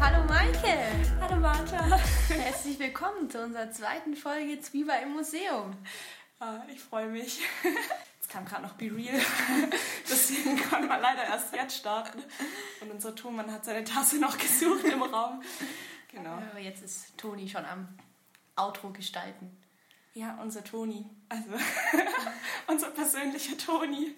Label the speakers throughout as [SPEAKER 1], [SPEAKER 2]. [SPEAKER 1] Hallo Maike!
[SPEAKER 2] Hallo Martha.
[SPEAKER 1] Herzlich willkommen zu unserer zweiten Folge Zwieber im Museum.
[SPEAKER 2] Ah, ich freue mich. Es kam gerade noch Be Real. Deswegen konnte man leider erst jetzt starten. Und unser Thomann hat seine Tasse noch gesucht im Raum. Genau.
[SPEAKER 1] Aber Jetzt ist Toni schon am Outro gestalten.
[SPEAKER 2] Ja, unser Toni. Also unser persönlicher Toni.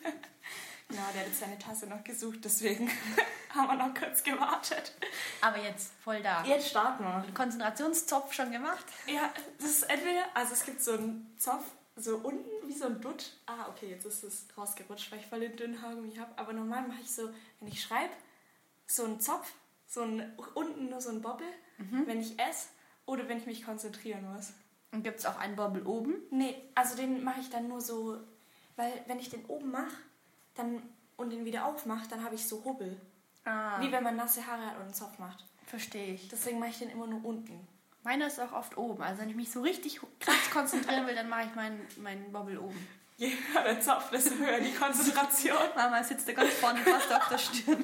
[SPEAKER 2] Genau, der hat jetzt seine Tasse noch gesucht, deswegen haben wir noch kurz gewartet.
[SPEAKER 1] Aber jetzt voll da.
[SPEAKER 2] Jetzt starten wir.
[SPEAKER 1] Konzentrationszopf schon gemacht?
[SPEAKER 2] Ja, das ist entweder, also es gibt so einen Zopf, so unten wie so ein Dutt. Ah, okay, jetzt ist es rausgerutscht, weil ich voll den dünnen Haargummi habe. Aber normal mache ich so, wenn ich schreibe, so einen Zopf, so einen, unten nur so einen Bobbel, wenn ich esse oder wenn ich mich konzentrieren muss.
[SPEAKER 1] Und gibt es auch einen Bobbel oben?
[SPEAKER 2] Nee, also den mache ich dann nur so, weil wenn ich den oben mache dann, und den wieder aufmache, dann habe ich so Hubbel.
[SPEAKER 1] Ah,
[SPEAKER 2] Wie wenn man nasse Haare hat und einen Zopf macht.
[SPEAKER 1] verstehe ich.
[SPEAKER 2] Deswegen mache ich den immer nur unten.
[SPEAKER 1] Meiner ist auch oft oben. Also wenn ich mich so richtig krass konzentrieren will, dann mache ich meinen, meinen Bobbel oben.
[SPEAKER 2] Je höher der Zopf, desto höher die Konzentration.
[SPEAKER 1] Mama sitzt da ganz vorne fast auf der Stirn.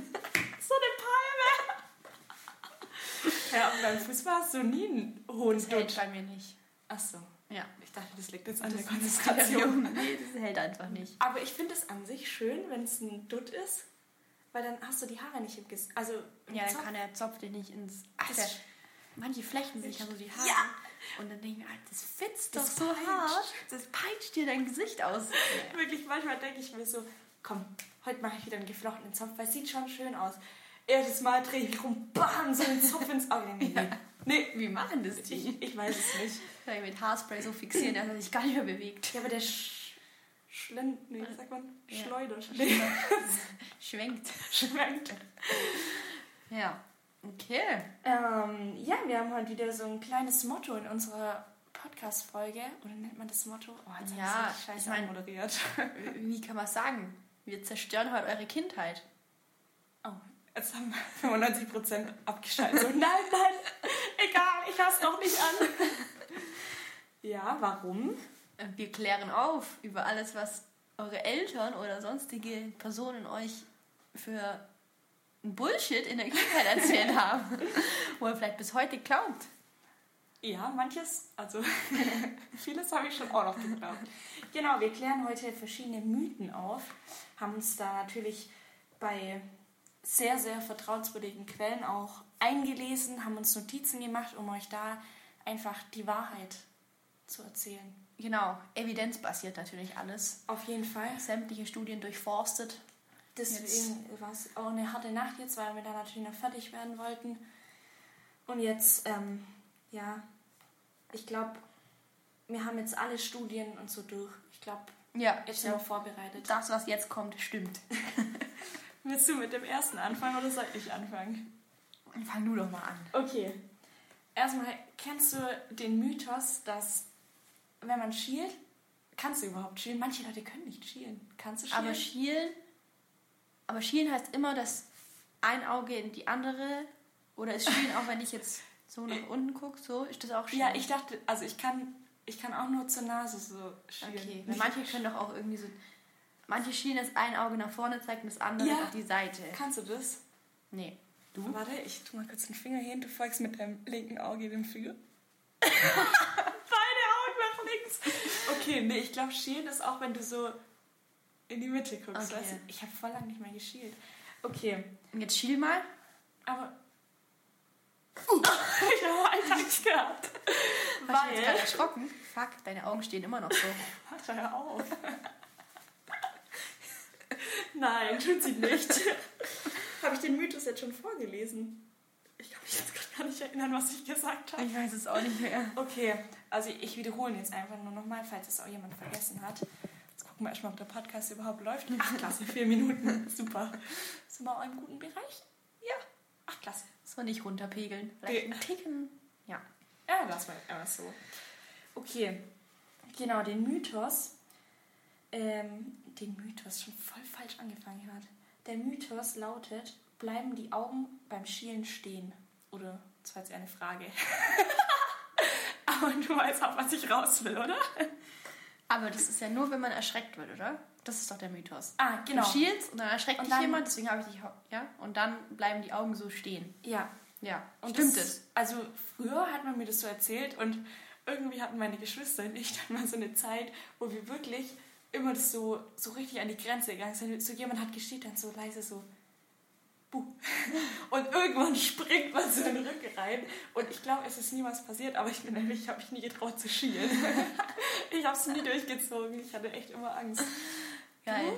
[SPEAKER 2] So eine Palme. Ja, und beim Fußball hast du nie einen hohen
[SPEAKER 1] Das hält
[SPEAKER 2] Dutt.
[SPEAKER 1] bei mir nicht.
[SPEAKER 2] Achso,
[SPEAKER 1] Ja.
[SPEAKER 2] ich dachte, das liegt jetzt an der Konzentration.
[SPEAKER 1] Nee, das hält einfach nicht.
[SPEAKER 2] Aber ich finde es an sich schön, wenn es ein Dutt ist, weil dann hast du die Haare nicht im Gesicht. Also, im
[SPEAKER 1] Ja, dann
[SPEAKER 2] Zopf.
[SPEAKER 1] kann der Zopf dich nicht ins. Ach,
[SPEAKER 2] Das
[SPEAKER 1] der,
[SPEAKER 2] sch-
[SPEAKER 1] manche flechten sich ja so die Haare.
[SPEAKER 2] Ja.
[SPEAKER 1] Und dann denke ich mir, Alter, das fitzt
[SPEAKER 2] Das
[SPEAKER 1] doch so
[SPEAKER 2] peitscht.
[SPEAKER 1] hart. Das peitscht dir dein Gesicht aus.
[SPEAKER 2] wirklich manchmal denke ich mir so: Komm, heute mache ich wieder einen geflochtenen Zopf, weil es sieht schon schön aus. Erstes Mal drehe ich mich rum, bam, so einen Zopf ins Auge. Nee, nee, nee.
[SPEAKER 1] Wie machen das
[SPEAKER 2] Ich,
[SPEAKER 1] die?
[SPEAKER 2] ich weiß es nicht.
[SPEAKER 1] Weil mit Haarspray so fixieren, dass er sich gar nicht mehr bewegt.
[SPEAKER 2] Ja, aber der Sch Schlend, nee, wie sagt man?
[SPEAKER 1] Ja.
[SPEAKER 2] Schleuder. Nee,
[SPEAKER 1] Schwenkt.
[SPEAKER 2] schwenkt.
[SPEAKER 1] Ja. Okay.
[SPEAKER 2] Ähm, ja, wir haben heute wieder so ein kleines Motto in unserer Podcast-Folge. Oder nennt man das Motto? Oh, jetzt
[SPEAKER 1] Ja,
[SPEAKER 2] hab ich's richtig
[SPEAKER 1] ich
[SPEAKER 2] scheiße
[SPEAKER 1] mein-
[SPEAKER 2] moderiert.
[SPEAKER 1] Wie kann man sagen? Wir zerstören heute eure Kindheit.
[SPEAKER 2] Oh, jetzt haben wir 95% abgeschaltet. So, nein, nein, egal, ich hab's noch nicht an. Ja, warum?
[SPEAKER 1] Wir klären auf über alles, was eure Eltern oder sonstige Personen euch für einen Bullshit in der Kindheit erzählt haben. Wo ihr vielleicht bis heute glaubt.
[SPEAKER 2] Ja, manches, also vieles habe ich schon auch noch geglaubt. Genau, wir klären heute verschiedene Mythen auf, haben uns da natürlich bei sehr, sehr vertrauenswürdigen Quellen auch eingelesen, haben uns Notizen gemacht, um euch da einfach die Wahrheit zu erzählen.
[SPEAKER 1] Genau, evidenzbasiert natürlich alles.
[SPEAKER 2] Auf jeden Fall.
[SPEAKER 1] Sämtliche Studien durchforstet.
[SPEAKER 2] Deswegen war es auch eine harte Nacht jetzt, weil wir da natürlich noch fertig werden wollten. Und jetzt, ähm, ja, ich glaube, wir haben jetzt alle Studien und so durch. Ich glaube,
[SPEAKER 1] Ja,
[SPEAKER 2] jetzt sind wir vorbereitet.
[SPEAKER 1] das, was jetzt kommt, stimmt.
[SPEAKER 2] Willst du mit dem ersten anfangen oder soll ich anfangen?
[SPEAKER 1] Fang du doch mal an.
[SPEAKER 2] Okay. Erstmal, kennst du den Mythos, dass wenn man schielt, kannst du überhaupt schielen? Manche Leute können nicht schielen. Kannst du schielen?
[SPEAKER 1] Aber schielen, aber schielen heißt immer, dass ein Auge in die andere oder ist schielen auch, wenn ich jetzt so nach unten gucke, so ist das auch schielen.
[SPEAKER 2] ja, ich dachte, also ich kann, ich kann auch nur zur Nase so schielen.
[SPEAKER 1] Okay, weil manche können doch auch irgendwie so. Manche schielen, dass ein Auge nach vorne zeigt und das andere
[SPEAKER 2] Ja.
[SPEAKER 1] auf die Seite.
[SPEAKER 2] Kannst du das?
[SPEAKER 1] Nee.
[SPEAKER 2] Du? Warte, ich tu mal kurz den Finger hin. Du folgst mit deinem linken Auge dem Finger. Beide Augen nach links. Okay, nee, ich glaube, schielen ist auch, wenn du so in die Mitte guckst.
[SPEAKER 1] Okay.
[SPEAKER 2] Weißt du? Ich habe voll lang nicht mehr geschielt. Okay,
[SPEAKER 1] Und jetzt schiel mal.
[SPEAKER 2] aber. Uh. ich habe einfach nicht gehabt.
[SPEAKER 1] Hast du jetzt
[SPEAKER 2] Weil-
[SPEAKER 1] gerade erschrocken? Fuck, deine Augen stehen immer noch so.
[SPEAKER 2] Warte, hör auf. Nein, tut sie nicht. habe ich den Mythos jetzt schon vorgelesen? Ich kann mich jetzt gerade gar nicht erinnern, was ich gesagt habe.
[SPEAKER 1] Ich weiß es auch nicht mehr.
[SPEAKER 2] Okay, also ich wiederhole ihn jetzt einfach nur nochmal, falls es auch jemand vergessen hat. Jetzt gucken wir erstmal, ob der Podcast überhaupt läuft. Ach, klasse, vier Minuten. Super. Sind wir auch im guten Bereich? Ja. Ach, klasse.
[SPEAKER 1] So nicht runterpegeln. Vielleicht
[SPEAKER 2] Nee.
[SPEAKER 1] ein Ticken. Ja.
[SPEAKER 2] Ja, lass mal erst so. Okay. Genau, den Mythos. Ähm, den Mythos, schon voll falsch angefangen hat. Der Mythos lautet, bleiben die Augen beim Schielen stehen? Oder, das war jetzt eher eine Frage. Aber du weißt auch, was ich raus will, oder?
[SPEAKER 1] Aber das ist ja nur, wenn man erschreckt wird, oder? Das ist doch der Mythos.
[SPEAKER 2] Ah, genau.
[SPEAKER 1] Du schielst und dann erschreckt
[SPEAKER 2] Und
[SPEAKER 1] dich
[SPEAKER 2] dann-
[SPEAKER 1] jemand, deswegen habe ich dich, hau- ja? Und dann bleiben die Augen so stehen.
[SPEAKER 2] Ja,
[SPEAKER 1] Ja,
[SPEAKER 2] Und
[SPEAKER 1] stimmt
[SPEAKER 2] das,
[SPEAKER 1] es.
[SPEAKER 2] Also früher hat man mir das so erzählt und irgendwie hatten meine Geschwister und ich dann mal so eine Zeit, wo wir wirklich immer das so, so richtig an die Grenze gegangen sind. So jemand hat gesteht dann so leise so Buh. und irgendwann springt man so in den Rücken rein und ich glaube, es ist nie was passiert, aber ich bin ehrlich, ich habe mich nie getraut zu schielen. ich habe es nie durchgezogen, ich hatte echt immer Angst.
[SPEAKER 1] Geil.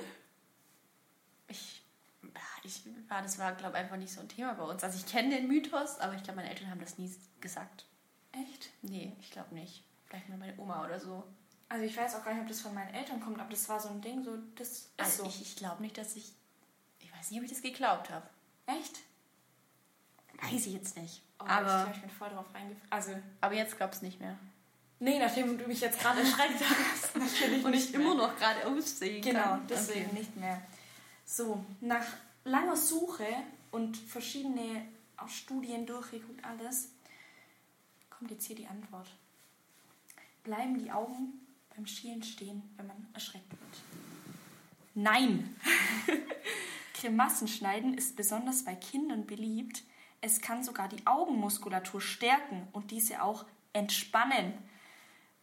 [SPEAKER 1] Ich, ja, ich war, das war, glaube ich, einfach nicht so ein Thema bei uns. Also ich kenne den Mythos, aber ich glaube, meine Eltern haben das nie gesagt.
[SPEAKER 2] Echt?
[SPEAKER 1] Nee, ich glaube nicht. Vielleicht mal meine Oma oder so.
[SPEAKER 2] Also ich weiß auch gar nicht, ob das von meinen Eltern kommt, aber das war so ein Ding, so das ist
[SPEAKER 1] Also
[SPEAKER 2] so.
[SPEAKER 1] ich, ich glaube nicht, dass ich. Ich weiß nicht, ob ich das geglaubt habe.
[SPEAKER 2] Echt?
[SPEAKER 1] Weiß ich jetzt nicht.
[SPEAKER 2] Oh, ich,
[SPEAKER 1] aber,
[SPEAKER 2] glaub, ich bin voll drauf reingefallen. Also
[SPEAKER 1] aber jetzt glaub's nicht mehr.
[SPEAKER 2] Nee, nachdem du mich jetzt gerade erschreckt hast, natürlich
[SPEAKER 1] Und
[SPEAKER 2] nicht
[SPEAKER 1] ich
[SPEAKER 2] mehr.
[SPEAKER 1] immer noch gerade aussehe.
[SPEAKER 2] Genau, deswegen nicht mehr. So, nach langer Suche und verschiedene auch Studien durchgeguckt, alles, kommt jetzt hier die Antwort. Bleiben die Augen beim Schielen stehen, wenn man erschreckt wird? Nein! Grimassen schneiden ist besonders bei Kindern beliebt. Es kann sogar die Augenmuskulatur stärken und diese auch entspannen.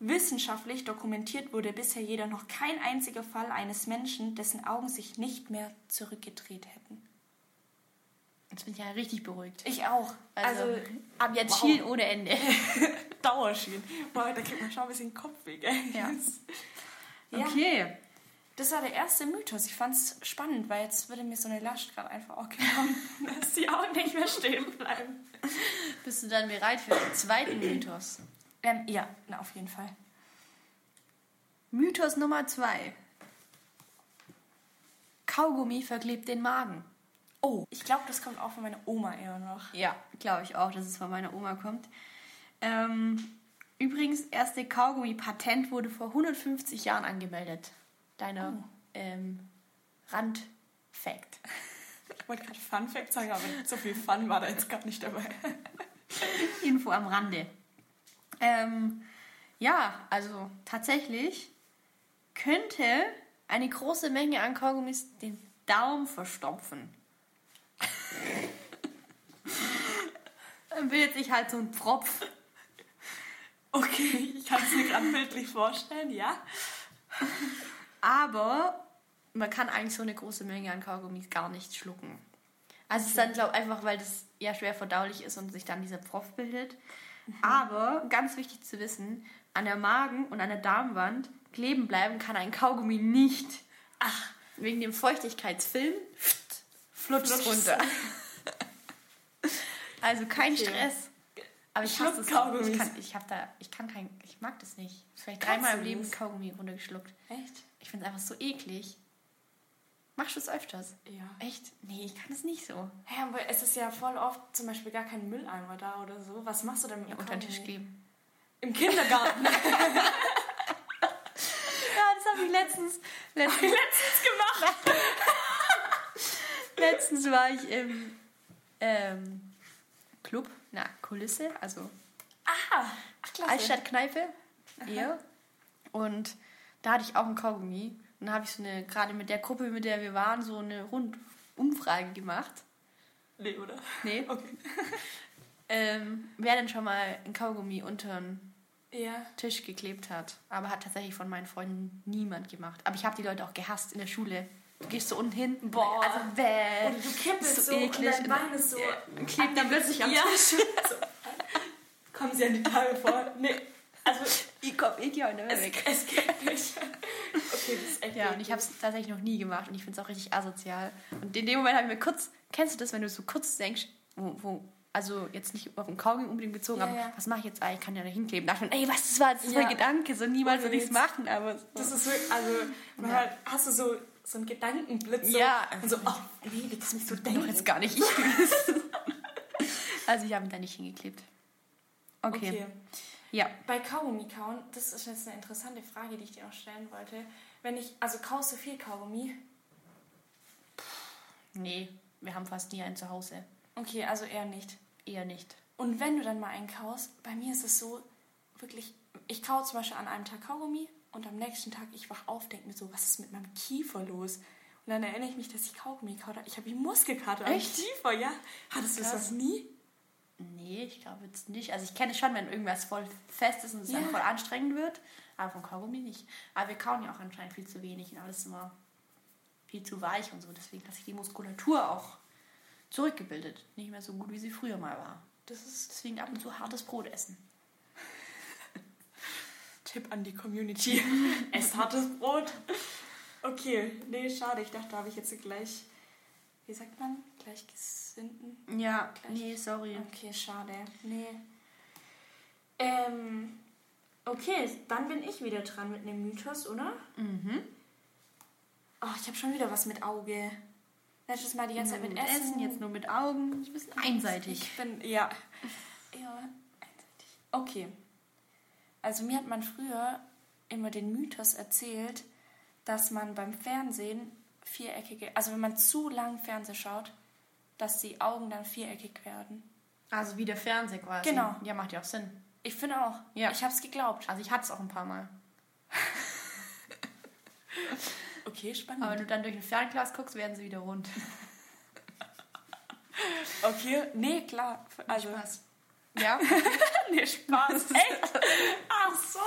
[SPEAKER 2] Wissenschaftlich dokumentiert wurde bisher jedoch noch kein einziger Fall eines Menschen, dessen Augen sich nicht mehr zurückgedreht hätten.
[SPEAKER 1] Jetzt bin ich ja richtig beruhigt.
[SPEAKER 2] Ich auch.
[SPEAKER 1] Also,
[SPEAKER 2] Also,
[SPEAKER 1] ab jetzt
[SPEAKER 2] wow.
[SPEAKER 1] schielen ohne Ende.
[SPEAKER 2] Dauerschienen. Boah, da kriegt man schon ein bisschen Kopfweh, gell?
[SPEAKER 1] Ja.
[SPEAKER 2] Ja.
[SPEAKER 1] Okay.
[SPEAKER 2] Das war der erste Mythos. Ich fand's spannend, weil jetzt würde mir so eine Last gerade einfach auch genommen, dass die Augen nicht mehr stehen bleiben.
[SPEAKER 1] Bist du dann bereit für den zweiten Mythos?
[SPEAKER 2] Ähm, ja, na, auf jeden Fall.
[SPEAKER 1] Mythos Nummer zwei. Kaugummi verklebt den Magen.
[SPEAKER 2] Oh, ich glaube, das kommt auch von meiner Oma eher noch.
[SPEAKER 1] Ja, glaube ich auch, dass es von meiner Oma kommt. Ähm, übrigens, erste Kaugummi-Patent wurde vor 150 Jahren angemeldet. Deiner ähm, Randfact.
[SPEAKER 2] Ich wollte gerade Fun Fact sagen, aber so viel Fun war da jetzt gerade nicht dabei.
[SPEAKER 1] Info am Rande. Ähm, ja, also tatsächlich könnte eine große Menge an Kaugummis den Daumen verstopfen. Dann bildet sich halt so ein Tropf.
[SPEAKER 2] Okay, ich kann es mir gerade bildlich vorstellen, ja.
[SPEAKER 1] Aber man kann eigentlich so eine große Menge an Kaugummis gar nicht schlucken. Also es ist dann, glaube ich, einfach, weil das ja schwer verdaulich ist und sich dann dieser Prof bildet.
[SPEAKER 2] Mhm.
[SPEAKER 1] Aber ganz wichtig zu wissen, an der Magen- und an der Darmwand kleben bleiben kann ein Kaugummi nicht. Ach, wegen dem Feuchtigkeitsfilm pft, flutscht es
[SPEAKER 2] Flutscht's.
[SPEAKER 1] runter. also kein
[SPEAKER 2] Okay.
[SPEAKER 1] Stress. Aber ich
[SPEAKER 2] Schluck
[SPEAKER 1] hasse es auch. Ich
[SPEAKER 2] Kaugummis.
[SPEAKER 1] kann, ich hab da, ich kann kein, ich mag das nicht. Vielleicht
[SPEAKER 2] Kannst
[SPEAKER 1] dreimal
[SPEAKER 2] du
[SPEAKER 1] im Leben
[SPEAKER 2] nicht?
[SPEAKER 1] Kaugummi runtergeschluckt.
[SPEAKER 2] Echt?
[SPEAKER 1] Ich finde es einfach so eklig. Machst du es öfters?
[SPEAKER 2] Ja.
[SPEAKER 1] Echt? Nee, ich kann es nicht so.
[SPEAKER 2] Hä, aber es ist ja voll oft zum Beispiel gar kein Mülleimer da oder so. Was machst du denn mit
[SPEAKER 1] Ja,
[SPEAKER 2] dem
[SPEAKER 1] unter den
[SPEAKER 2] Kaugummi?
[SPEAKER 1] Tisch geben.
[SPEAKER 2] Im Kindergarten.
[SPEAKER 1] Ja, das habe ich letztens. Letztens,
[SPEAKER 2] Letztens gemacht.
[SPEAKER 1] letztens war ich im ähm, Club, na, Kulisse, also
[SPEAKER 2] Ah, ach klasse.
[SPEAKER 1] Altstadtkneipe. Ihr. Und da hatte ich auch einen Kaugummi. Und da habe ich so eine, gerade mit der Gruppe, mit der wir waren, so eine Rundumfrage gemacht.
[SPEAKER 2] Nee, oder?
[SPEAKER 1] Nee.
[SPEAKER 2] Okay.
[SPEAKER 1] Ähm, wer denn schon mal einen Kaugummi unter den
[SPEAKER 2] Ja.
[SPEAKER 1] Tisch geklebt hat. Aber hat tatsächlich von meinen Freunden niemand gemacht. Aber ich habe die Leute auch gehasst in der Schule. Du gehst so unten hin.
[SPEAKER 2] Boah.
[SPEAKER 1] Also, bäh.
[SPEAKER 2] Und du kippelst
[SPEAKER 1] So
[SPEAKER 2] so, und
[SPEAKER 1] eklig.
[SPEAKER 2] dein Bein ist so.
[SPEAKER 1] klebt dann plötzlich am
[SPEAKER 2] Ja.
[SPEAKER 1] Tisch.
[SPEAKER 2] so. Kommen sie an die Tage vor? Nee. Also,
[SPEAKER 1] Ich komm, ich ja und dann
[SPEAKER 2] es,
[SPEAKER 1] weg.
[SPEAKER 2] es geht nicht. Okay, das ist echt
[SPEAKER 1] Ja, und ich habe es tatsächlich noch nie gemacht und ich finde es auch richtig asozial. Und in dem Moment habe ich mir kurz, kennst du das, wenn du so kurz denkst, wo, wo also jetzt nicht auf den Kaugummi unbedingt bezogen,
[SPEAKER 2] Ja,
[SPEAKER 1] aber
[SPEAKER 2] ja.
[SPEAKER 1] was mache ich jetzt eigentlich? Ich kann ja da hinkleben. Dachte ich, ey, was das war, das ist mein
[SPEAKER 2] Ja.
[SPEAKER 1] Gedanke, so niemals würde ich es
[SPEAKER 2] Ohne
[SPEAKER 1] machen, aber so.
[SPEAKER 2] Das ist wirklich, also, man
[SPEAKER 1] Ja.
[SPEAKER 2] hat, hast du so, so einen Gedankenblitz. So,
[SPEAKER 1] Ja.
[SPEAKER 2] Und so, oh, nee, wie kannst du mich so
[SPEAKER 1] Doch
[SPEAKER 2] denken?
[SPEAKER 1] jetzt gar nicht ich gewesen. also ich habe ihn da nicht hingeklebt. Okay.
[SPEAKER 2] Okay.
[SPEAKER 1] Ja.
[SPEAKER 2] Bei Kaugummi kauen, das ist jetzt eine interessante Frage, die ich dir noch stellen wollte. Wenn ich, also kaust du viel Kaugummi?
[SPEAKER 1] Nee, Eh, wir haben fast nie einen zu Hause.
[SPEAKER 2] Okay, also eher nicht.
[SPEAKER 1] Eher nicht.
[SPEAKER 2] Und wenn du dann mal einen kaust, bei mir ist es so, wirklich, ich kaue zum Beispiel an einem Tag Kaugummi und am nächsten Tag, ich wach auf, denke mir so, was ist mit meinem Kiefer los? Und dann erinnere ich mich, dass ich Kaugummi kaut habe. Ich habe einen Muskelkater am
[SPEAKER 1] Echt?
[SPEAKER 2] Kiefer, ja. Hattest du
[SPEAKER 1] Krass.
[SPEAKER 2] das nie?
[SPEAKER 1] Nee, ich glaube jetzt nicht. Also ich kenne es schon, wenn irgendwas voll fest ist und es
[SPEAKER 2] Ja.
[SPEAKER 1] dann voll anstrengend wird. Aber von Kaugummi nicht. Aber wir kauen ja auch anscheinend viel zu wenig und alles immer viel zu weich und so. Deswegen hat sich die Muskulatur auch zurückgebildet. Nicht mehr so gut, wie sie früher mal war.
[SPEAKER 2] Das ist
[SPEAKER 1] Deswegen ab und zu hartes Brot essen.
[SPEAKER 2] Tipp an die Community. Esst hartes Brot. Okay, nee, schade. Ich dachte, da habe ich jetzt gleich, wie sagt man, gleichgesinnten.
[SPEAKER 1] Ja,
[SPEAKER 2] Gleich.
[SPEAKER 1] nee, sorry.
[SPEAKER 2] Okay, schade. Nee. Ähm, okay, dann bin ich wieder dran mit einem Mythos, oder?
[SPEAKER 1] Mhm.
[SPEAKER 2] Oh, ich habe schon wieder was mit Auge. Letztes Mal die ganze Zeit
[SPEAKER 1] Nur
[SPEAKER 2] mit Essen.
[SPEAKER 1] jetzt nur mit Augen. Ich bin ein bisschen einseitig.
[SPEAKER 2] Ich bin, ja. Ja, einseitig. Okay. Also mir hat man früher immer den Mythos erzählt, dass man beim Fernsehen viereckige, also wenn man zu lang Fernsehen schaut, dass die Augen dann viereckig werden.
[SPEAKER 1] Also wie der Fernseher quasi.
[SPEAKER 2] Genau.
[SPEAKER 1] Ja, macht ja auch Sinn.
[SPEAKER 2] Ich finde auch.
[SPEAKER 1] Ja.
[SPEAKER 2] Ich habe es geglaubt.
[SPEAKER 1] Also ich hatte es auch ein paar Mal.
[SPEAKER 2] Okay, spannend.
[SPEAKER 1] Aber wenn du dann durch ein Fernglas guckst, werden sie wieder rund.
[SPEAKER 2] okay, nee, klar. Also,
[SPEAKER 1] Spaß. Ja?
[SPEAKER 2] nee, Spaß. Echt? Ach so.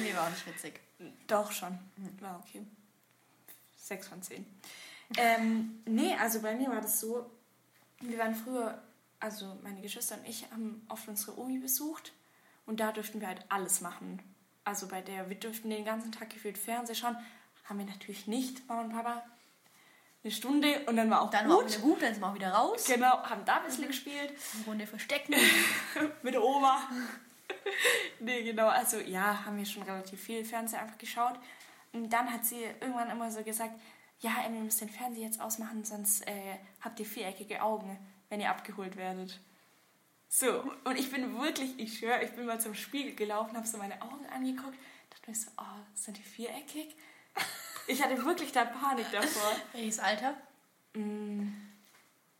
[SPEAKER 1] nee, war auch nicht witzig.
[SPEAKER 2] Doch schon. War okay. Sechs von zehn. Ähm, nee, also bei mir war das so, wir waren früher, also meine Geschwister und ich haben oft unsere Omi besucht und da durften wir halt alles machen. Also bei der, wir durften den ganzen Tag gefühlt Fernsehen schauen, haben wir natürlich nicht, Mama und Papa. Eine Stunde und dann war auch
[SPEAKER 1] Dann war auch
[SPEAKER 2] gut.
[SPEAKER 1] wieder gut, dann sind wir auch wieder raus.
[SPEAKER 2] Genau, haben da ein bisschen gespielt
[SPEAKER 1] Eine Runde verstecken.
[SPEAKER 2] mit der Oma. nee, genau. Also ja, haben wir schon relativ viel Fernseher einfach geschaut. Und dann hat sie irgendwann immer so gesagt, ja, Emmy, ihr müsst den Fernseher jetzt ausmachen, sonst äh, habt ihr viereckige Augen, wenn ihr abgeholt werdet. So, und ich bin wirklich, ich schwöre, ich bin mal zum Spiegel gelaufen, habe so meine Augen angeguckt, dachte mir so, oh, sind die viereckig? Ich hatte wirklich da Panik davor.
[SPEAKER 1] Welches Alter?
[SPEAKER 2] Mm,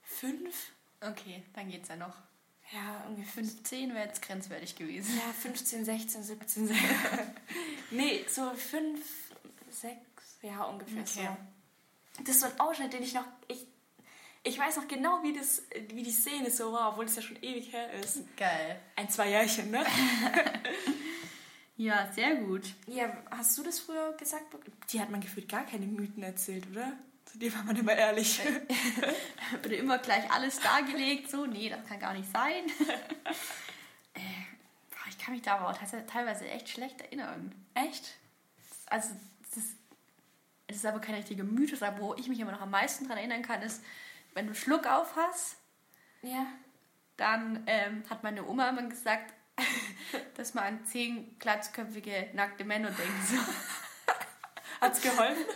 [SPEAKER 2] fünf?
[SPEAKER 1] Okay, dann geht's ja noch.
[SPEAKER 2] Ja, ungefähr
[SPEAKER 1] 15 wäre jetzt grenzwertig gewesen.
[SPEAKER 2] Ja, 15, 16, 17. se- nee, so 5, 6, ja, ungefähr
[SPEAKER 1] Okay.
[SPEAKER 2] so. Das ist so ein Ausschnitt, den ich noch. Ich, ich weiß noch genau, wie, das, wie die Szene so war, obwohl es ja schon ewig her ist.
[SPEAKER 1] Geil.
[SPEAKER 2] Ein, zwei Jährchen, ne?
[SPEAKER 1] Ja, sehr gut.
[SPEAKER 2] Ja, hast du das früher gesagt? bek- Die hat man gefühlt gar keine Mythen erzählt, oder? Zu dir war man immer ehrlich.
[SPEAKER 1] Wurde immer gleich alles dargelegt. So, nee, das kann gar nicht sein. Äh, boah, ich kann mich da aber auch tats- teilweise echt schlecht erinnern.
[SPEAKER 2] Echt?
[SPEAKER 1] also das ist, es ist aber kein richtiger Mythos, aber wo ich mich immer noch am meisten dran erinnern kann, ist, wenn du Schluck auf hast,
[SPEAKER 2] Ja.
[SPEAKER 1] dann ähm, hat meine Oma immer gesagt, dass man an zehn glatzköpfige nackte Männer denken soll.
[SPEAKER 2] Hat's geholfen?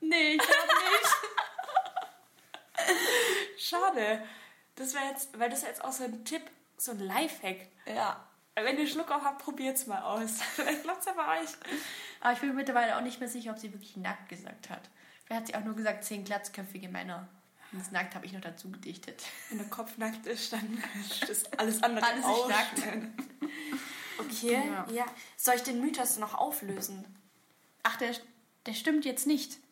[SPEAKER 1] Nee, ich glaub nicht.
[SPEAKER 2] Schade. Das wäre jetzt, weil das ist jetzt auch so ein Tipp, so ein Lifehack.
[SPEAKER 1] ja.
[SPEAKER 2] Wenn ihr Schluck auf habt, probiert's mal aus. Vielleicht klappt's ja bei euch.
[SPEAKER 1] Aber ich bin mir mittlerweile auch nicht mehr sicher, ob sie wirklich nackt gesagt hat. Vielleicht hat sie auch nur gesagt, zehn glatzköpfige Männer. Und das nackt habe ich noch dazu gedichtet.
[SPEAKER 2] Wenn der Kopf nackt ist, dann ist alles andere
[SPEAKER 1] Alles ist
[SPEAKER 2] auch.
[SPEAKER 1] nackt.
[SPEAKER 2] Okay,
[SPEAKER 1] Ja.
[SPEAKER 2] ja. Soll ich den Mythos noch auflösen?
[SPEAKER 1] Ach, der, der stimmt jetzt nicht.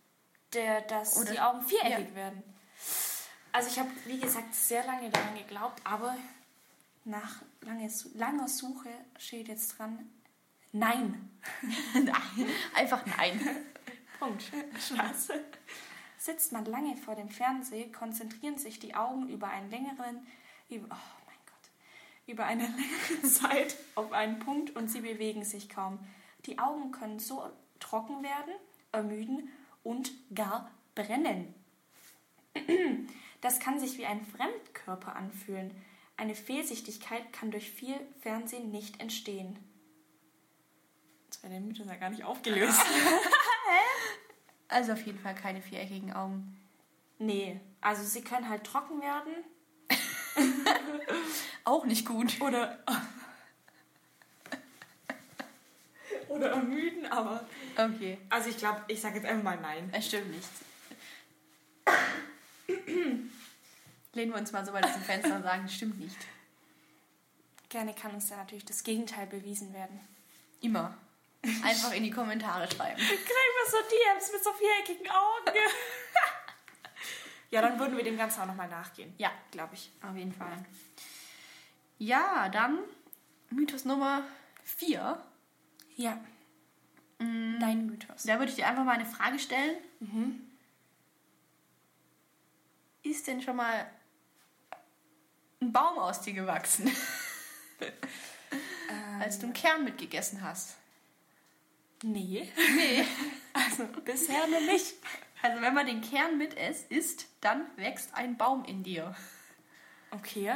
[SPEAKER 2] Der, dass
[SPEAKER 1] Oder-
[SPEAKER 2] die Augen viereckig werden. Also ich habe, wie gesagt, sehr lange daran geglaubt, aber nach lange, Su- langer Suche steht jetzt dran, nein.
[SPEAKER 1] Nein. Einfach nein.
[SPEAKER 2] Punkt. Spaß. Sitzt man lange vor dem Fernseher, konzentrieren sich die Augen über einen längeren, über, oh mein Gott, über eine längere Zeit auf einen Punkt und sie bewegen sich kaum. Die Augen können so trocken werden, ermüden und gar brennen. Das kann sich wie ein Fremdkörper anfühlen. Eine Fehlsichtigkeit kann durch viel Fernsehen nicht entstehen. Das wäre der Mythos ja gar nicht aufgelöst.
[SPEAKER 1] Also auf jeden Fall keine viereckigen Augen.
[SPEAKER 2] Nee, also sie können halt trocken werden
[SPEAKER 1] Auch nicht gut.
[SPEAKER 2] oder oder ermüden, aber.
[SPEAKER 1] Okay,
[SPEAKER 2] Also ich glaube, ich sage jetzt einfach mal nein.
[SPEAKER 1] es stimmt nicht. Lehnen wir uns mal so weit aus dem Fenster und sagen, stimmt nicht.
[SPEAKER 2] Gerne kann uns da natürlich das Gegenteil bewiesen werden.
[SPEAKER 1] Immer. Einfach in die Kommentare schreiben.
[SPEAKER 2] Kriegen wir so DMs mit so viereckigen Augen. ja, dann würden wir dem Ganzen auch nochmal nachgehen.
[SPEAKER 1] Ja,
[SPEAKER 2] Glaube ich.
[SPEAKER 1] auf jeden Fall. Ja, dann Mythos Nummer 4.
[SPEAKER 2] Ja. Dein Mythos.
[SPEAKER 1] Da würde ich dir einfach mal eine Frage stellen. Ist denn schon mal ein Baum aus dir gewachsen, als du einen Kern mitgegessen hast?
[SPEAKER 2] Nee.
[SPEAKER 1] Nee.
[SPEAKER 2] Also bisher noch nicht.
[SPEAKER 1] Also wenn man den Kern mit es- isst, dann wächst ein Baum in dir.
[SPEAKER 2] Okay.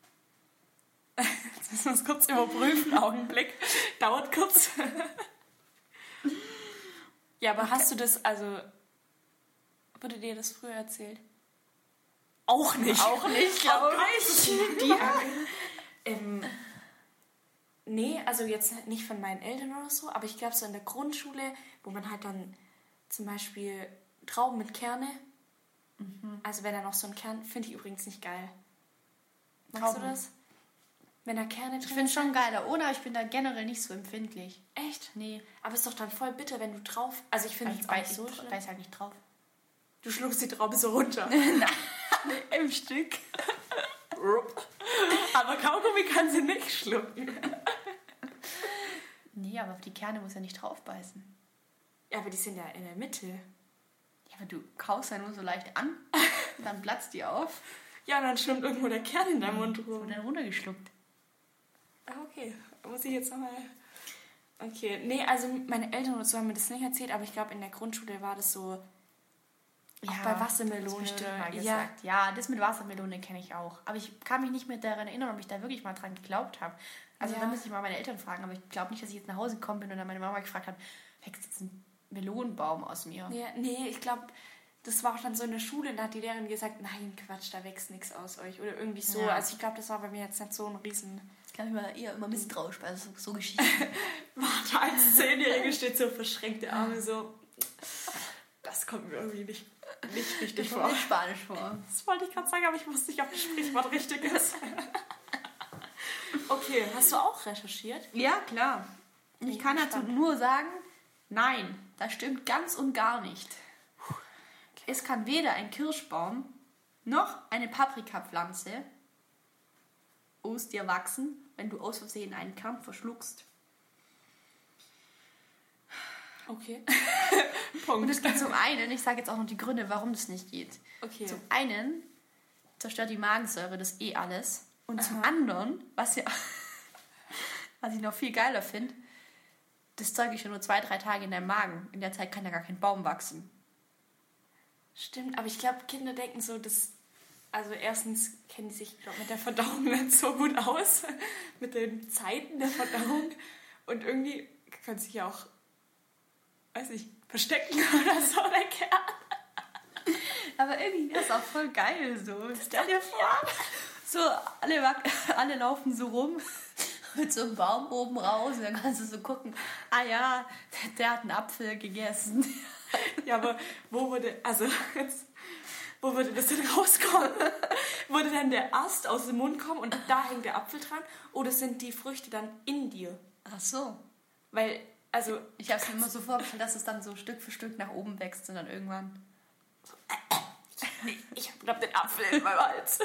[SPEAKER 2] Jetzt müssen wir es kurz überprüfen. Augenblick. Dauert kurz. ja, aber hast du das, also. Wurde dir das früher erzählt? Auch nicht.
[SPEAKER 1] Auch nicht,
[SPEAKER 2] Auch
[SPEAKER 1] glaube
[SPEAKER 2] nicht. Ja. ähm, nee, also jetzt nicht von meinen Eltern oder so, aber ich glaube so in der Grundschule, wo man halt dann zum Beispiel Trauben mit Kerne,
[SPEAKER 1] Mhm.
[SPEAKER 2] also wenn da noch so ein Kern, finde ich übrigens nicht geil. Magst du
[SPEAKER 1] Trauben.
[SPEAKER 2] das? Wenn da Kerne
[SPEAKER 1] Ich
[SPEAKER 2] drin
[SPEAKER 1] finde es schon geiler, oder? Ich bin da generell nicht so empfindlich.
[SPEAKER 2] Echt?
[SPEAKER 1] Nee,
[SPEAKER 2] Aber ist doch dann voll bitter, wenn du drauf. Also ich finde
[SPEAKER 1] ich
[SPEAKER 2] es auch nicht
[SPEAKER 1] beiß,
[SPEAKER 2] so
[SPEAKER 1] ich
[SPEAKER 2] schlimm.
[SPEAKER 1] beiß halt nicht drauf.
[SPEAKER 2] Du schluckst die Traube so runter.
[SPEAKER 1] Im Stück.
[SPEAKER 2] Rup. aber Kaugummi kann sie nicht schlucken.
[SPEAKER 1] Nee, aber auf die Kerne muss ja nicht drauf beißen.
[SPEAKER 2] Ja, aber die sind ja in der Mitte.
[SPEAKER 1] Ja, aber du kaust ja nur so leicht an, dann platzt die auf
[SPEAKER 2] Ja, und dann schwimmt irgendwo der Kern in deinem Mund
[SPEAKER 1] und
[SPEAKER 2] rum.
[SPEAKER 1] dann runtergeschluckt.
[SPEAKER 2] Ah, okay. Muss ich jetzt nochmal. Okay. Nee, also meine Eltern oder so haben mir das nicht erzählt, aber ich glaube, in der Grundschule war das so. Auch bei Wassermelonen
[SPEAKER 1] das wurde
[SPEAKER 2] oder-
[SPEAKER 1] mal
[SPEAKER 2] ja.
[SPEAKER 1] gesagt. Ja. das mit Wassermelone kenne ich auch. Aber ich kann mich nicht mehr daran erinnern, ob ich da wirklich mal dran geglaubt habe. Also
[SPEAKER 2] Ja.
[SPEAKER 1] da müsste ich mal meine Eltern fragen, aber ich glaube nicht, dass ich jetzt nach Hause gekommen bin und dann meine Mama gefragt hat, wächst jetzt ein Melonenbaum aus mir.
[SPEAKER 2] Ja, nee, ich glaube, das war auch dann so in der Schule, da hat die Lehrerin gesagt: Nein, Quatsch, da wächst nichts aus euch. Oder irgendwie so.
[SPEAKER 1] Ja.
[SPEAKER 2] Also ich glaube, das war bei mir jetzt nicht so ein riesen.
[SPEAKER 1] Ich kann mich mal eher immer misstrauisch bei so, so Geschichten.
[SPEAKER 2] Warte, als Zehnjährige steht so verschränkte Arme so. Das kommt mir irgendwie nicht, nicht richtig
[SPEAKER 1] Das kommt mir Spanisch vor.
[SPEAKER 2] Das wollte ich gerade sagen, aber ich wusste nicht, ob das Sprichwort richtig ist. Okay, hast du auch recherchiert?
[SPEAKER 1] Ja, klar. Ich
[SPEAKER 2] Ja,
[SPEAKER 1] kann dazu
[SPEAKER 2] spannend.
[SPEAKER 1] nur sagen, nein, das stimmt ganz und gar nicht. Es kann weder ein Kirschbaum noch eine Paprikapflanze aus dir wachsen, wenn du aus Versehen einen Kern verschluckst.
[SPEAKER 2] Okay.
[SPEAKER 1] Und
[SPEAKER 2] Punkt.
[SPEAKER 1] das geht zum einen, ich sage jetzt auch noch die Gründe, warum das nicht geht.
[SPEAKER 2] Okay.
[SPEAKER 1] Zum einen zerstört die Magensäure das eh alles. Und zum anderen, was, ja, was ich noch viel geiler finde, das Zeug ist ja nur zwei, drei Tage in deinem Magen. In der Zeit kann ja gar kein Baum wachsen.
[SPEAKER 2] Stimmt, aber ich glaube, Kinder denken so, dass. Also, erstens kennen die sich, glaube mit der Verdauung nicht so gut aus. mit den Zeiten der Verdauung. Und irgendwie kann sich ja auch, weiß nicht, verstecken oder so, der Kerl.
[SPEAKER 1] Aber irgendwie ist auch voll geil so. Stell dir vor, so alle, wac- alle laufen so rum mit so einem Baum oben raus und dann kannst du so gucken, ah ja, der hat einen Apfel gegessen.
[SPEAKER 2] Ja, aber wo würde, also jetzt, wo würde das denn rauskommen? Würde dann der Ast aus dem Mund kommen und da hängt der Apfel dran? Oder sind die Früchte dann in dir?
[SPEAKER 1] Ach so.
[SPEAKER 2] Weil, also,
[SPEAKER 1] Ich habe mir immer so vorgestellt, dass es dann so Stück für Stück nach oben wächst und dann irgendwann
[SPEAKER 2] ich habe den Apfel in meinem Hals.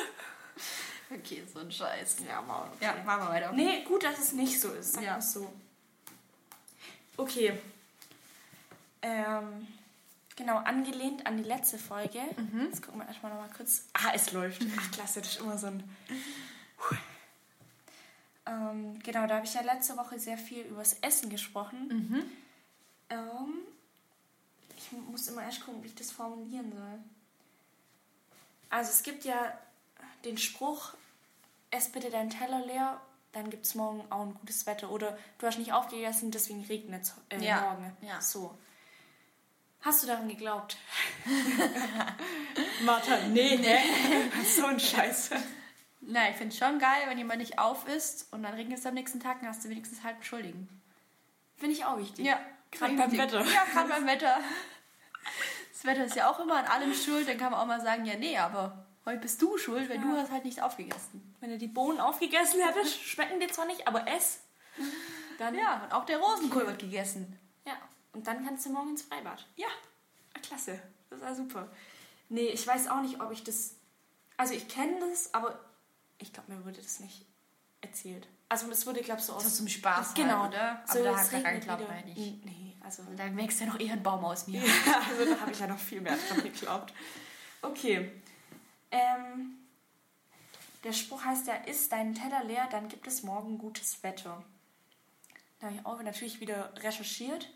[SPEAKER 1] Okay, so ein Scheiß.
[SPEAKER 2] Ja, wow.
[SPEAKER 1] Ja, machen wir weiter.
[SPEAKER 2] Nee, gut, dass es nicht so ist. Sag
[SPEAKER 1] Ja.
[SPEAKER 2] ja. so. Okay. Ähm, genau, angelehnt an die letzte Folge. Jetzt gucken wir erstmal nochmal kurz. Ah, es läuft. Ach, klasse, das ist immer so ein. Puh. Ähm, genau, da habe ich ja letzte Woche sehr viel übers Essen gesprochen. Ähm, ich muss immer erst gucken, wie ich das formulieren soll. Also es gibt ja den Spruch, ess bitte deinen Teller leer, dann gibt es morgen auch ein gutes Wetter. Oder du hast nicht aufgegessen, deswegen regnet es äh,
[SPEAKER 1] Ja,
[SPEAKER 2] morgen.
[SPEAKER 1] ja.
[SPEAKER 2] So. Hast du daran geglaubt? Martha, nee,
[SPEAKER 1] ne?
[SPEAKER 2] nee. so ein Scheiß.
[SPEAKER 1] Na, ich finde es schon geil, wenn jemand nicht auf ist und dann regnet es am nächsten Tag und hast du wenigstens halt einen Schuldigen.
[SPEAKER 2] Finde ich auch wichtig.
[SPEAKER 1] Ja,
[SPEAKER 2] Gerade beim
[SPEAKER 1] richtig.
[SPEAKER 2] Wetter.
[SPEAKER 1] Ja, gerade beim Wetter. Das Wetter ist ja auch immer an allem schuld. Dann kann man auch mal sagen, ja, nee, aber heute bist du schuld, weil du hast halt nicht aufgegessen.
[SPEAKER 2] Wenn du die Bohnen aufgegessen hättest, schmecken dir zwar nicht, aber ess. Dann,
[SPEAKER 1] Ja, und auch der Rosenkohl wird gegessen.
[SPEAKER 2] ja. Und dann kannst du morgen ins Freibad.
[SPEAKER 1] Ja.
[SPEAKER 2] Ah, Klasse. Das war super. Nee, ich weiß auch nicht, ob ich das. Also ich kenne das, aber ich glaube, mir wurde das nicht erzählt. Also das wurde, glaube ich, so
[SPEAKER 1] Das ist
[SPEAKER 2] aus.
[SPEAKER 1] zum Spaß
[SPEAKER 2] genau.
[SPEAKER 1] halt, oder? Aber
[SPEAKER 2] so,
[SPEAKER 1] da
[SPEAKER 2] es
[SPEAKER 1] hakt er
[SPEAKER 2] regnet
[SPEAKER 1] rein, glaubt
[SPEAKER 2] wieder.
[SPEAKER 1] man nicht.
[SPEAKER 2] Nee, also.
[SPEAKER 1] Mhm. Und dann wächst ja noch eher ein Baum aus mir.
[SPEAKER 2] Ja, also da habe ich ja noch viel mehr dran geglaubt. Okay. Ähm, der Spruch heißt ja, ist dein Teller leer, dann gibt es morgen gutes Wetter. Da habe ich auch natürlich wieder recherchiert.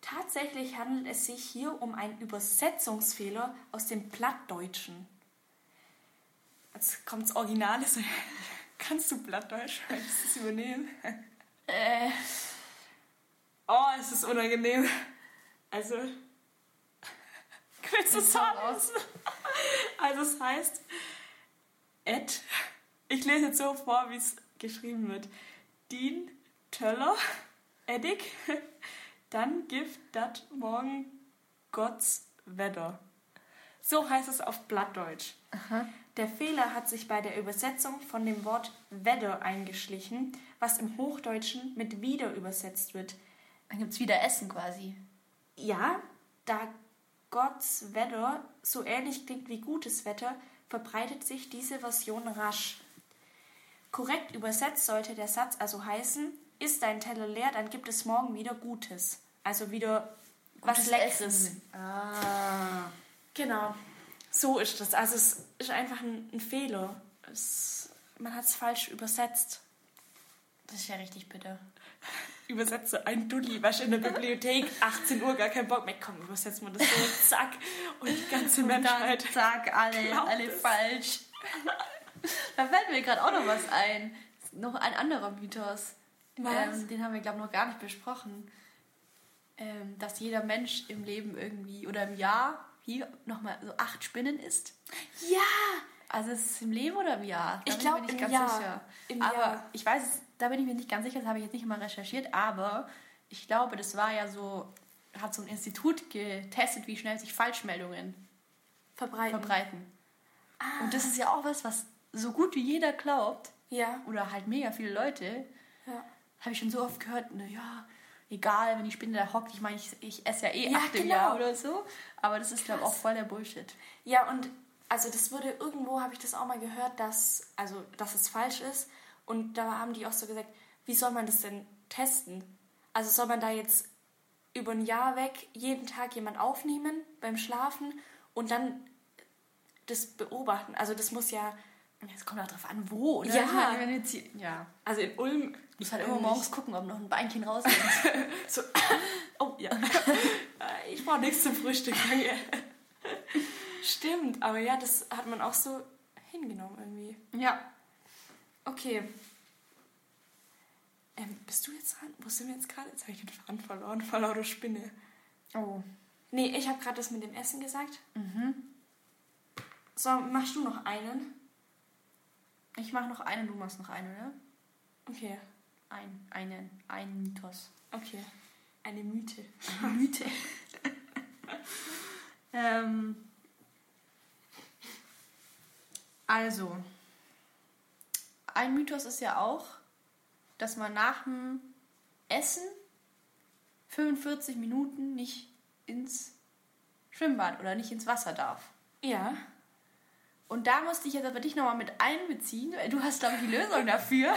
[SPEAKER 2] Tatsächlich handelt es sich hier um einen Übersetzungsfehler aus dem Plattdeutschen. Jetzt kommt das Original. ist- Kannst du Plattdeutsch? Kann ich das übernehmen?
[SPEAKER 1] Äh,
[SPEAKER 2] Oh, es ist unangenehm. Also. Grüße
[SPEAKER 1] Das kommt
[SPEAKER 2] Sonnens. Also, es heißt. Et. Ich lese jetzt so vor, wie es geschrieben wird. Dien Töller. Eddig. Dann gibt dat morgen Gottes Wetter. So heißt es auf Blattdeutsch. Der Fehler hat sich bei der Übersetzung von dem Wort Wetter eingeschlichen, was im Hochdeutschen mit wieder übersetzt wird.
[SPEAKER 1] dann gibt es wieder Essen quasi.
[SPEAKER 2] Ja, da Gottes Wetter so ähnlich klingt wie gutes Wetter, verbreitet sich diese Version rasch. Korrekt übersetzt sollte der Satz also heißen, ist dein Teller leer, dann gibt es morgen wieder Gutes. Also wieder was
[SPEAKER 1] Gutes
[SPEAKER 2] Leckeres.
[SPEAKER 1] Essen. Ah.
[SPEAKER 2] Genau. So ist das. Also es ist einfach ein, ein Fehler. Es, man hat es falsch übersetzt.
[SPEAKER 1] Das ist ja richtig bitter.
[SPEAKER 2] übersetze ein Dulli, was in der Bibliothek, 18 Uhr, gar kein Bock mehr, komm, übersetzen wir das so, zack, und die ganze Menschheit.
[SPEAKER 1] Sag alle,
[SPEAKER 2] Glaubt
[SPEAKER 1] alle
[SPEAKER 2] es.
[SPEAKER 1] falsch. da fällt mir gerade auch noch was ein. Noch ein anderer Mythos.
[SPEAKER 2] Was?
[SPEAKER 1] Ähm, den haben wir, glaube ich, noch gar nicht besprochen. Ähm, dass jeder Mensch im Leben irgendwie oder im Jahr hier nochmal so acht Spinnen isst.
[SPEAKER 2] Ja,
[SPEAKER 1] Also ist es im Leben oder im Jahr?
[SPEAKER 2] Ich
[SPEAKER 1] bin
[SPEAKER 2] glaub,
[SPEAKER 1] mir nicht
[SPEAKER 2] im
[SPEAKER 1] ganz
[SPEAKER 2] Jahr.
[SPEAKER 1] sicher.
[SPEAKER 2] Im
[SPEAKER 1] aber
[SPEAKER 2] Jahr.
[SPEAKER 1] ich weiß, es- da bin ich mir nicht ganz sicher, das habe ich jetzt nicht mal recherchiert, aber ich glaube, das war ja so, hat so ein Institut getestet, wie schnell sich Falschmeldungen
[SPEAKER 2] verbreiten.
[SPEAKER 1] verbreiten. Und das ist ja auch was, was so gut wie jeder glaubt,
[SPEAKER 2] Ja,
[SPEAKER 1] oder halt mega viele Leute,
[SPEAKER 2] ja.
[SPEAKER 1] habe ich schon so oft gehört, naja, egal, wenn die Spinne da hockt, ich meine, ich, ich esse ja eh
[SPEAKER 2] Ja,
[SPEAKER 1] acht im
[SPEAKER 2] genau.
[SPEAKER 1] Jahr oder so. Aber das ist, glaube ich, auch
[SPEAKER 2] Krass.
[SPEAKER 1] voll der Bullshit.
[SPEAKER 2] Ja, und also das wurde irgendwo, habe ich das auch mal gehört, dass, also, dass es falsch ist. Und da haben die auch so gesagt, wie soll man das denn testen? Also soll man da jetzt über ein Jahr weg jeden Tag jemand aufnehmen beim Schlafen und dann das beobachten? Also das muss ja,
[SPEAKER 1] Und jetzt kommt auch drauf an, wo, oder?
[SPEAKER 2] Ja.
[SPEAKER 1] Ich meine, wenn jetzt hier, ja.
[SPEAKER 2] also in Ulm... äh,
[SPEAKER 1] Du musst halt immer morgens gucken, ob noch ein Beinchen raus ist.
[SPEAKER 2] So, oh ja. Äh, ich brauche nichts zum Frühstück. Danke. Stimmt, aber ja, das hat man auch so hingenommen irgendwie.
[SPEAKER 1] ja.
[SPEAKER 2] Okay. Ähm, bist du jetzt dran? Wo sind wir jetzt gerade? Jetzt habe ich den Faden verloren. Vor lauter Spinne.
[SPEAKER 1] Oh.
[SPEAKER 2] Nee, ich habe gerade das mit dem Essen gesagt. Mhm. So, machst du noch einen?
[SPEAKER 1] Ich mache noch einen, du machst noch einen, oder?
[SPEAKER 2] Okay.
[SPEAKER 1] Ein, einen, einen Mythos.
[SPEAKER 2] Okay. Eine Mythe.
[SPEAKER 1] Mythe. ähm, also, ein Mythos ist ja auch, dass man nach dem Essen 45 Minuten nicht ins Schwimmbad oder nicht ins Wasser darf.
[SPEAKER 2] Ja.
[SPEAKER 1] Und da musste ich jetzt aber dich nochmal mit einbeziehen, weil du hast, glaube ich, die Lösung dafür.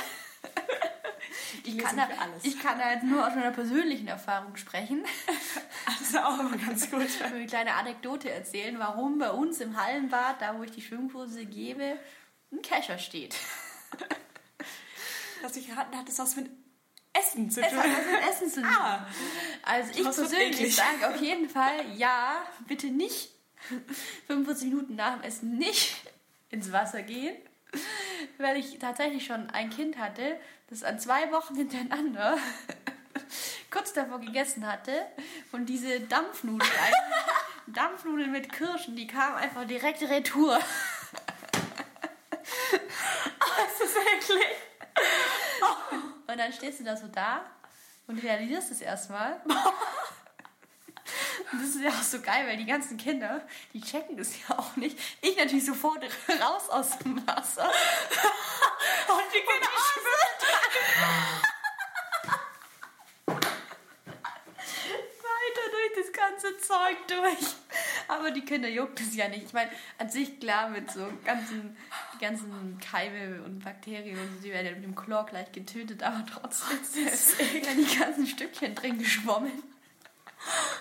[SPEAKER 1] Ich kann, da,
[SPEAKER 2] Lösung für alles.
[SPEAKER 1] ich kann da halt nur aus meiner persönlichen Erfahrung sprechen.
[SPEAKER 2] Das ist auch immer ganz gut.
[SPEAKER 1] Ich will eine kleine Anekdote erzählen, warum bei uns im Hallenbad, da wo ich die Schwimmkurse gebe, ein Kescher steht.
[SPEAKER 2] Dass ich geraten hatte, das was mit Essen zu
[SPEAKER 1] Es hat
[SPEAKER 2] tun.
[SPEAKER 1] was mit Essen zu tun.
[SPEAKER 2] Ah.
[SPEAKER 1] Also ich
[SPEAKER 2] Das wird
[SPEAKER 1] persönlich
[SPEAKER 2] eklig.
[SPEAKER 1] sage auf jeden Fall, ja, bitte nicht 45 Minuten nach dem Essen nicht ins Wasser gehen, weil ich tatsächlich schon ein Kind hatte, das an zwei Wochen hintereinander kurz davor gegessen hatte und diese Dampfnudeln, Dampfnudeln mit Kirschen, die kamen einfach direkt retour.
[SPEAKER 2] Das Oh, ist eklig.
[SPEAKER 1] Und dann stehst du da so da und realisierst es erstmal. Und Das ist ja auch so geil, weil die ganzen Kinder, die checken das ja auch nicht. Ich natürlich sofort raus aus dem Wasser.
[SPEAKER 2] Und die Kinder
[SPEAKER 1] ah, weiter durch das ganze Zeug durch. Aber die Kinder juckt es ja nicht. Ich meine, an sich klar mit so ganzen, die ganzen Keime und Bakterien und so, die werden ja mit dem Chlor gleich getötet, aber trotzdem sind ja die ganzen Stückchen drin geschwommen.
[SPEAKER 2] schwimmen.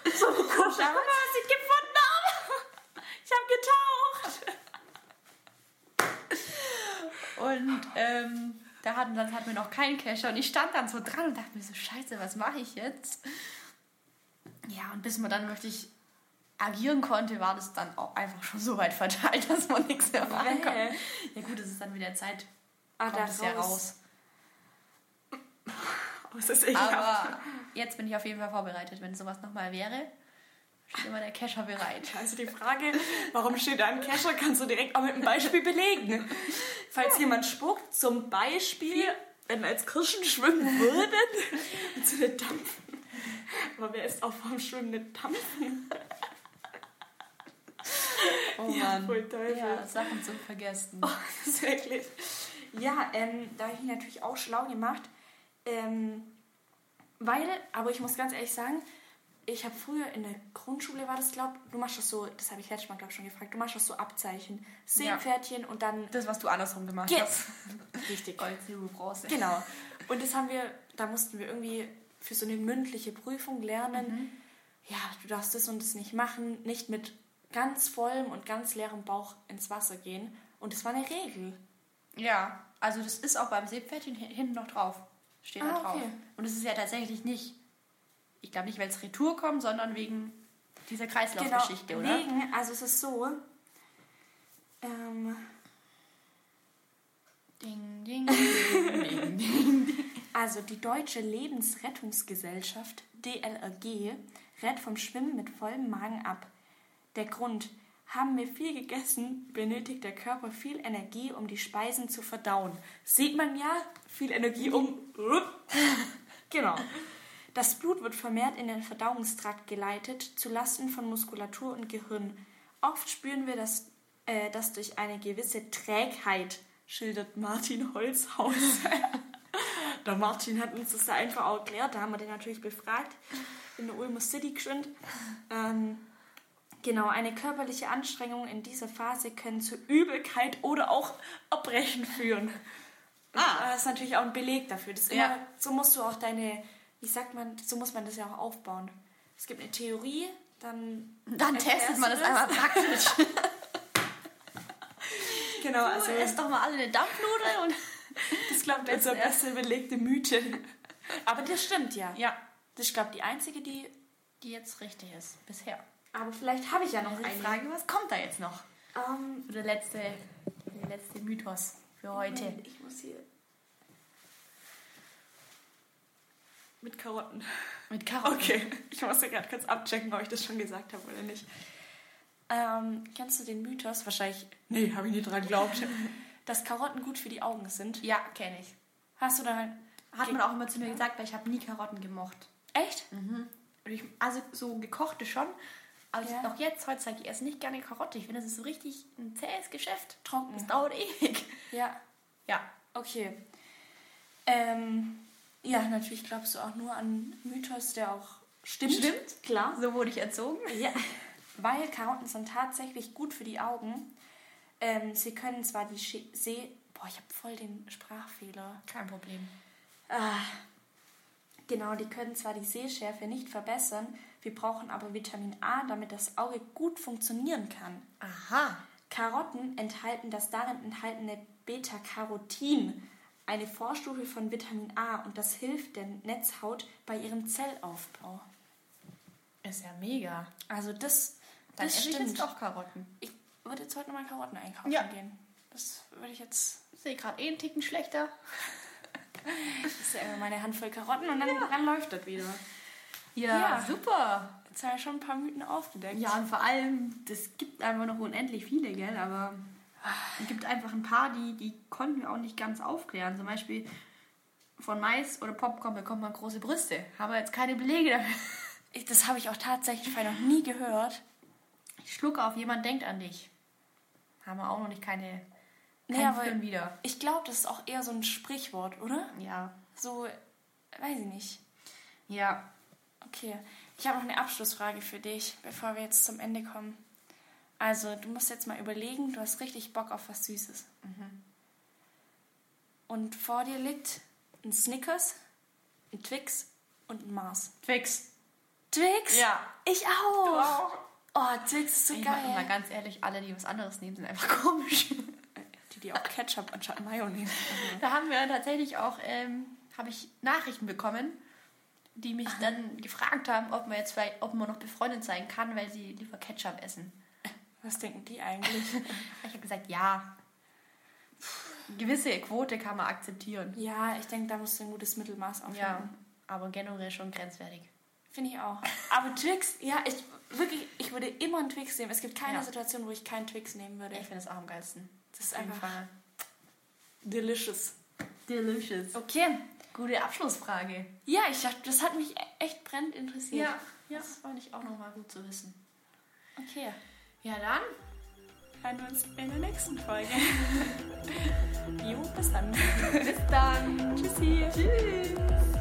[SPEAKER 2] Schau mal, was ich gefunden habe. Ich habe getaucht.
[SPEAKER 1] Und ähm, da hatten, dann hatten wir noch keinen Kescher. Und ich stand dann so dran und dachte mir so, scheiße, was mache ich jetzt? Ja, und bis man dann wirklich agieren konnte, war das dann auch einfach schon so weit verteilt, dass man nichts mehr machen konnte. Ja gut, es ist dann mit der Zeit,
[SPEAKER 2] Ah,
[SPEAKER 1] kommt es ja raus.
[SPEAKER 2] Oh, es ist ekelhaft.
[SPEAKER 1] Aber jetzt bin ich auf jeden Fall vorbereitet. Wenn sowas nochmal wäre, steht immer der Kescher bereit.
[SPEAKER 2] Also die Frage, warum steht da ein Kescher, kannst du direkt auch mit einem Beispiel belegen. Falls jemand spuckt, zum Beispiel, wenn wir als Kirschen schwimmen würden, und so eine Dampf. Aber wer ist auch vom Schwimmen eine Dampf?
[SPEAKER 1] Oh
[SPEAKER 2] Ja, voll Teufel.
[SPEAKER 1] Ja, Sachen zu vergessen.
[SPEAKER 2] Oh, das ist wirklich. Ja, ähm, da habe ich mich natürlich auch schlau gemacht. Ähm, weil, aber ich muss ganz ehrlich sagen, ich habe früher in der Grundschule war das, glaube du machst das so, das habe ich letztes Mal, glaube ich, schon gefragt, du machst das so Abzeichen. Seepferdchen und dann.
[SPEAKER 1] Das, was du andersrum gemacht
[SPEAKER 2] Yes! Richtig.
[SPEAKER 1] Gold, Silber, Bronze.
[SPEAKER 2] Genau. Und das haben wir, da mussten wir irgendwie für so eine mündliche Prüfung lernen. Ja, du darfst das und das nicht machen, nicht mit ganz vollem und ganz leerem Bauch ins Wasser gehen. Und das war eine Regel.
[SPEAKER 1] Ja, also das ist auch beim Seepferdchen hin- hinten noch drauf. Steht da
[SPEAKER 2] Ah,
[SPEAKER 1] drauf.
[SPEAKER 2] okay.
[SPEAKER 1] Und es ist ja tatsächlich nicht, ich glaube nicht, weil es Retour kommt, sondern wegen dieser Kreislaufgeschichte, oder?
[SPEAKER 2] Wegen, also es ist so. Ähm,
[SPEAKER 1] Ding, ding, ding, ding, ding.
[SPEAKER 2] also die Deutsche Lebensrettungsgesellschaft DLRG rät vom Schwimmen mit vollem Magen ab. Der Grund, haben wir viel gegessen, benötigt der Körper viel Energie, um die Speisen zu verdauen. Sieht man ja, viel Energie um. genau. Das Blut wird vermehrt in den Verdauungstrakt geleitet, zu Lasten von Muskulatur und Gehirn. Oft spüren wir das, äh, das durch eine gewisse Trägheit, schildert Martin Holzhaus. der Martin hat uns das da einfach auch erklärt, da haben wir den natürlich befragt, in der Ulmer City geschwind. Ähm, genau, eine körperliche Anstrengung in dieser Phase können zu Übelkeit oder auch Erbrechen führen.
[SPEAKER 1] Ah.
[SPEAKER 2] Ah. Das ist natürlich auch ein Beleg dafür. Das ist
[SPEAKER 1] Ja.
[SPEAKER 2] immer, so musst du auch deine, wie sagt man, so muss man das ja auch aufbauen. Es gibt eine Theorie, dann
[SPEAKER 1] Dann testet man das einmal praktisch.
[SPEAKER 2] genau,
[SPEAKER 1] Also esst doch mal alle eine Dampfnudel und.
[SPEAKER 2] das glaubt
[SPEAKER 1] das
[SPEAKER 2] unser
[SPEAKER 1] ist erst-
[SPEAKER 2] beste belegte Mythe. Aber das stimmt ja.
[SPEAKER 1] Ja,
[SPEAKER 2] Das ist glaube die einzige, die.
[SPEAKER 1] die jetzt richtig ist. Bisher.
[SPEAKER 2] Aber vielleicht habe ich ja noch
[SPEAKER 1] Also die
[SPEAKER 2] eine.
[SPEAKER 1] Frage, was kommt da jetzt noch?
[SPEAKER 2] Ähm,
[SPEAKER 1] So Der letzte, der letzte Mythos für heute.
[SPEAKER 2] Moment, Ich muss hier. Mit Karotten.
[SPEAKER 1] Mit Karotten.
[SPEAKER 2] Okay, ich musste gerade kurz abchecken, ob ich das schon gesagt habe oder nicht. Ähm, kennst du den Mythos? Wahrscheinlich. Nee, habe ich nie dran geglaubt. dass Karotten gut für die Augen sind.
[SPEAKER 1] Ja, kenne ich.
[SPEAKER 2] Hast du da.
[SPEAKER 1] Hat man auch immer zu mir gesagt, weil ich habe nie Karotten gemocht.
[SPEAKER 2] Echt?
[SPEAKER 1] Und ich- Also so gekochte schon. Aber ich,
[SPEAKER 2] Ja.
[SPEAKER 1] auch jetzt, heutzutage, ich esse nicht gerne Karotte. Ich finde, das ist so richtig ein zähes Geschäft.
[SPEAKER 2] Trocken.
[SPEAKER 1] Das dauert ewig.
[SPEAKER 2] Ja,
[SPEAKER 1] Ja.
[SPEAKER 2] okay. Ähm, ja, natürlich glaubst du auch nur an Mythos, der auch stimmt.
[SPEAKER 1] Stimmt.
[SPEAKER 2] klar.
[SPEAKER 1] So wurde ich erzogen.
[SPEAKER 2] Ja. Weil Karotten sind tatsächlich gut für die Augen. Ähm, sie können zwar die Sche- See. Boah, ich habe voll den Sprachfehler.
[SPEAKER 1] Kein Problem.
[SPEAKER 2] Ah. Genau, die können zwar die Sehschärfe nicht verbessern, wir brauchen aber Vitamin A, damit das Auge gut funktionieren kann.
[SPEAKER 1] Aha.
[SPEAKER 2] Karotten enthalten das darin enthaltene Beta-Carotin, eine Vorstufe von Vitamin A und das hilft der Netzhaut bei ihrem Zellaufbau.
[SPEAKER 1] Ist ja mega.
[SPEAKER 2] Also das,
[SPEAKER 1] Dann
[SPEAKER 2] das
[SPEAKER 1] esse ich
[SPEAKER 2] stimmt.
[SPEAKER 1] jetzt auch Karotten.
[SPEAKER 2] Ich würde jetzt heute nochmal Karotten einkaufen
[SPEAKER 1] Ja.
[SPEAKER 2] gehen. Das würde ich jetzt...
[SPEAKER 1] Sehe gerade eh einen Ticken schlechter.
[SPEAKER 2] Das ist ja immer meine Handvoll Karotten und dann, dann läuft das wieder.
[SPEAKER 1] Ja,
[SPEAKER 2] Ja.
[SPEAKER 1] super.
[SPEAKER 2] Jetzt haben wir schon ein paar Mythen aufgedeckt.
[SPEAKER 1] Ja, und vor allem, das gibt einfach noch unendlich viele, gell? Aber es gibt einfach ein paar, die, die konnten wir auch nicht ganz aufklären. Zum Also Beispiel von Mais oder Popcorn bekommt man große Brüste. Haben wir jetzt keine Belege dafür.
[SPEAKER 2] Ich- Das habe ich auch tatsächlich vorher noch nie gehört.
[SPEAKER 1] Ich schlucke auf, jemand denkt an dich. Haben wir auch noch nicht keine.
[SPEAKER 2] Nee,
[SPEAKER 1] kein
[SPEAKER 2] aber-
[SPEAKER 1] Führen wieder.
[SPEAKER 2] Ich glaube, das ist auch eher so ein Sprichwort, oder?
[SPEAKER 1] Ja.
[SPEAKER 2] So, weiß ich nicht.
[SPEAKER 1] Ja.
[SPEAKER 2] Okay, ich habe noch eine Abschlussfrage für dich, bevor wir jetzt zum Ende kommen. Also, du musst jetzt mal überlegen, du hast richtig Bock auf was Süßes. Mhm. Und vor dir liegt ein Snickers, ein Twix und ein Mars.
[SPEAKER 1] Twix.
[SPEAKER 2] Twix?
[SPEAKER 1] Ja.
[SPEAKER 2] Ich auch. Oh, Twix ist so
[SPEAKER 1] Ich mache mal
[SPEAKER 2] geil.
[SPEAKER 1] ganz ehrlich, alle, die was anderes nehmen, sind einfach komisch.
[SPEAKER 2] Die, die auch Ketchup anstatt Mayonnaise.
[SPEAKER 1] Da haben wir tatsächlich auch, ähm, habe ich Nachrichten bekommen, die mich dann gefragt haben, ob man jetzt vielleicht, ob man noch befreundet sein kann, weil sie lieber Ketchup essen.
[SPEAKER 2] Was denken die eigentlich?
[SPEAKER 1] Ich habe gesagt, ja. Eine Gewisse Quote kann man akzeptieren.
[SPEAKER 2] Ja, ich denke, da musst du ein gutes Mittelmaß aufnehmen.
[SPEAKER 1] Ja, aber generell schon grenzwertig.
[SPEAKER 2] Finde ich auch. Aber Twix, ja, ich wirklich, ich würde immer einen Twix nehmen. Es gibt keine
[SPEAKER 1] Ja.
[SPEAKER 2] Situation, wo ich keinen Twix nehmen würde.
[SPEAKER 1] Ich finde das auch am geilsten.
[SPEAKER 2] Das ist
[SPEAKER 1] Auf jeden
[SPEAKER 2] einfach
[SPEAKER 1] Fall.
[SPEAKER 2] delicious.
[SPEAKER 1] Delicious.
[SPEAKER 2] Okay.
[SPEAKER 1] Gute Abschlussfrage.
[SPEAKER 2] Ja, ich dachte, das hat mich e- echt brennend interessiert.
[SPEAKER 1] ja. Das fand ich auch nochmal gut zu wissen.
[SPEAKER 2] Okay.
[SPEAKER 1] Ja, dann.
[SPEAKER 2] Hören wir uns in der nächsten Folge. jo, bis dann.
[SPEAKER 1] Bis dann.
[SPEAKER 2] Tschüssi.
[SPEAKER 1] Tschüss.